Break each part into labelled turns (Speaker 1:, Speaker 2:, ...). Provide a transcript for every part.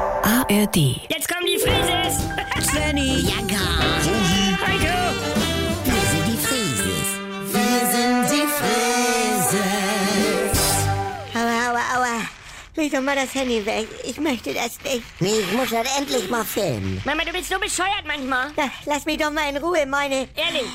Speaker 1: ARD.
Speaker 2: Jetzt kommen die Frises!
Speaker 3: Svenny,
Speaker 4: Ja, gar.
Speaker 2: Heiko!
Speaker 4: Wir sind die Frieses. Wir sind die Frieses.
Speaker 5: Aua, aua, aua. Leg doch mal das Handy weg. Ich möchte das nicht.
Speaker 4: Nee, ich muss das endlich mal filmen.
Speaker 2: Mama, du bist so bescheuert manchmal.
Speaker 5: Na, lass mich doch mal in Ruhe meine
Speaker 2: Ehrlich.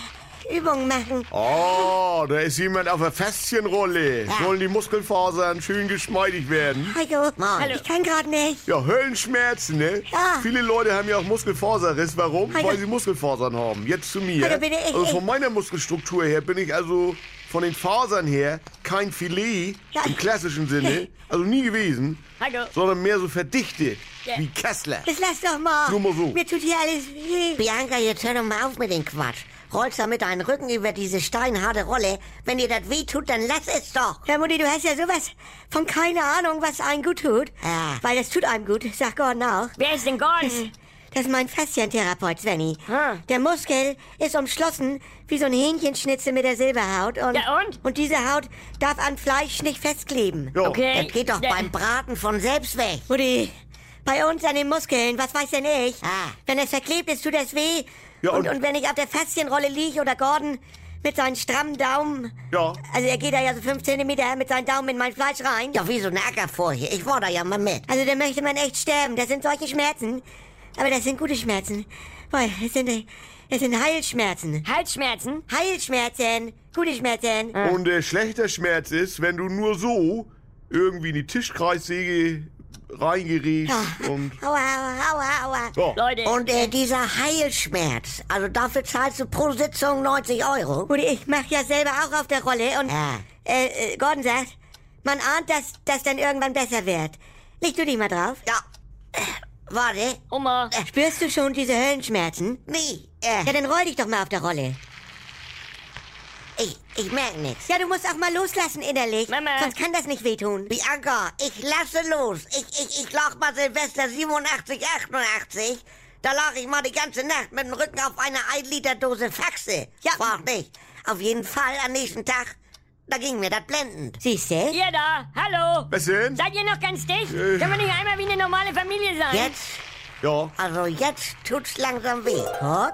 Speaker 5: Übungen machen.
Speaker 6: Oh, da ist jemand auf der Faszienrolle. Sollen die Muskelfasern schön geschmeidig werden?
Speaker 5: Heiko,
Speaker 4: Hallo.
Speaker 5: ich kann gerade nicht.
Speaker 6: Ja, Höllenschmerzen, ne?
Speaker 5: Ja.
Speaker 6: Viele Leute haben ja auch Muskelfaserriss. Warum?
Speaker 5: Heiko.
Speaker 6: Weil sie Muskelfasern haben. Jetzt zu mir.
Speaker 5: Heiko, bitte, ich-
Speaker 6: also
Speaker 5: ich-
Speaker 6: von meiner Muskelstruktur her bin ich also von den Fasern her kein Filet
Speaker 5: Ja.
Speaker 6: im klassischen Sinne. Also nie gewesen.
Speaker 2: Heiko.
Speaker 6: Sondern mehr so verdichtet.
Speaker 2: Ja.
Speaker 6: Wie Kessler.
Speaker 5: Das lass doch mal.
Speaker 6: Nur mal so.
Speaker 5: Mir tut hier alles weh.
Speaker 4: Bianca, jetzt hör doch mal auf mit dem Quatsch. Rollst damit deinen Rücken über diese steinharte Rolle. Wenn dir das weh tut, dann lass es doch.
Speaker 5: Ja, Mutti, du hast ja sowas von keine Ahnung, was einem gut tut.
Speaker 4: Ah.
Speaker 5: Weil das tut einem gut, sagt Gordon auch.
Speaker 2: Wer ist denn Gordon?
Speaker 5: Das ist mein Faszientherapeut, Svenny.
Speaker 2: Ah.
Speaker 5: Der Muskel ist umschlossen wie so ein Hähnchenschnitzel mit der Silberhaut. Und,
Speaker 2: Ja, und?
Speaker 5: Und diese Haut darf an Fleisch nicht festkleben.
Speaker 6: Ja.
Speaker 2: Okay.
Speaker 4: Das geht doch
Speaker 2: Ja.
Speaker 4: beim Braten von selbst weg.
Speaker 5: Mutti, bei uns an den Muskeln, was weiß denn ich?
Speaker 4: Ah.
Speaker 5: Wenn es verklebt ist, tut das weh.
Speaker 6: Ja,
Speaker 5: und,
Speaker 6: und-
Speaker 5: und wenn ich auf der Faszienrolle liege oder Gordon mit seinen strammen Daumen.
Speaker 6: Ja.
Speaker 5: Also er geht da ja so fünf Zentimeter mit seinen Daumen in mein Fleisch rein.
Speaker 4: Doch wie so eine Ackerfurche. Ich war da ja mal mit.
Speaker 5: Also da möchte man echt sterben. Das sind solche Schmerzen. Aber das sind gute Schmerzen. Weil es sind, äh, es sind Heilschmerzen.
Speaker 2: Halsschmerzen?
Speaker 5: Heilschmerzen. Gute Schmerzen.
Speaker 6: Und äh, schlechter Schmerz ist, wenn du nur so irgendwie in die Tischkreissäge reingeriechst und.
Speaker 5: Aua, aua, aua, aua.
Speaker 6: Ja.
Speaker 2: Leute.
Speaker 4: Und äh, dieser Heilschmerz. Also dafür zahlst du pro Sitzung 90 Euro.
Speaker 5: Mutti, ich mach ja selber auch auf der Rolle und
Speaker 4: Ja.
Speaker 5: äh, äh, Gordon sagt, man ahnt, dass das dann irgendwann besser wird. Leg du dich mal drauf.
Speaker 4: Ja. Äh, Warte.
Speaker 2: Oma.
Speaker 5: Spürst du schon diese Höllenschmerzen?
Speaker 4: Nee. Äh,
Speaker 5: Ja, dann roll dich doch mal auf der Rolle.
Speaker 4: ich, ich merk nichts.
Speaker 5: Ja, du musst auch mal loslassen innerlich.
Speaker 2: Mama.
Speaker 5: Sonst kann das nicht wehtun.
Speaker 4: Bianca, ich lasse los. Ich, ich, ich lag mal Silvester 87, 88. Da lag ich mal die ganze Nacht mit dem Rücken auf einer 1 Liter Dose Faxe. Ja. Frag nicht. Auf jeden Fall am nächsten Tag, da ging mir das blendend.
Speaker 5: Siehst du?
Speaker 2: Ihr da, hallo.
Speaker 6: Was denn?
Speaker 2: Seid ihr noch ganz dicht?
Speaker 6: Äh.
Speaker 2: Können wir nicht einmal wie eine normale Familie sein?
Speaker 4: Jetzt,
Speaker 6: Ja.
Speaker 4: also jetzt tut's langsam weh. Huck.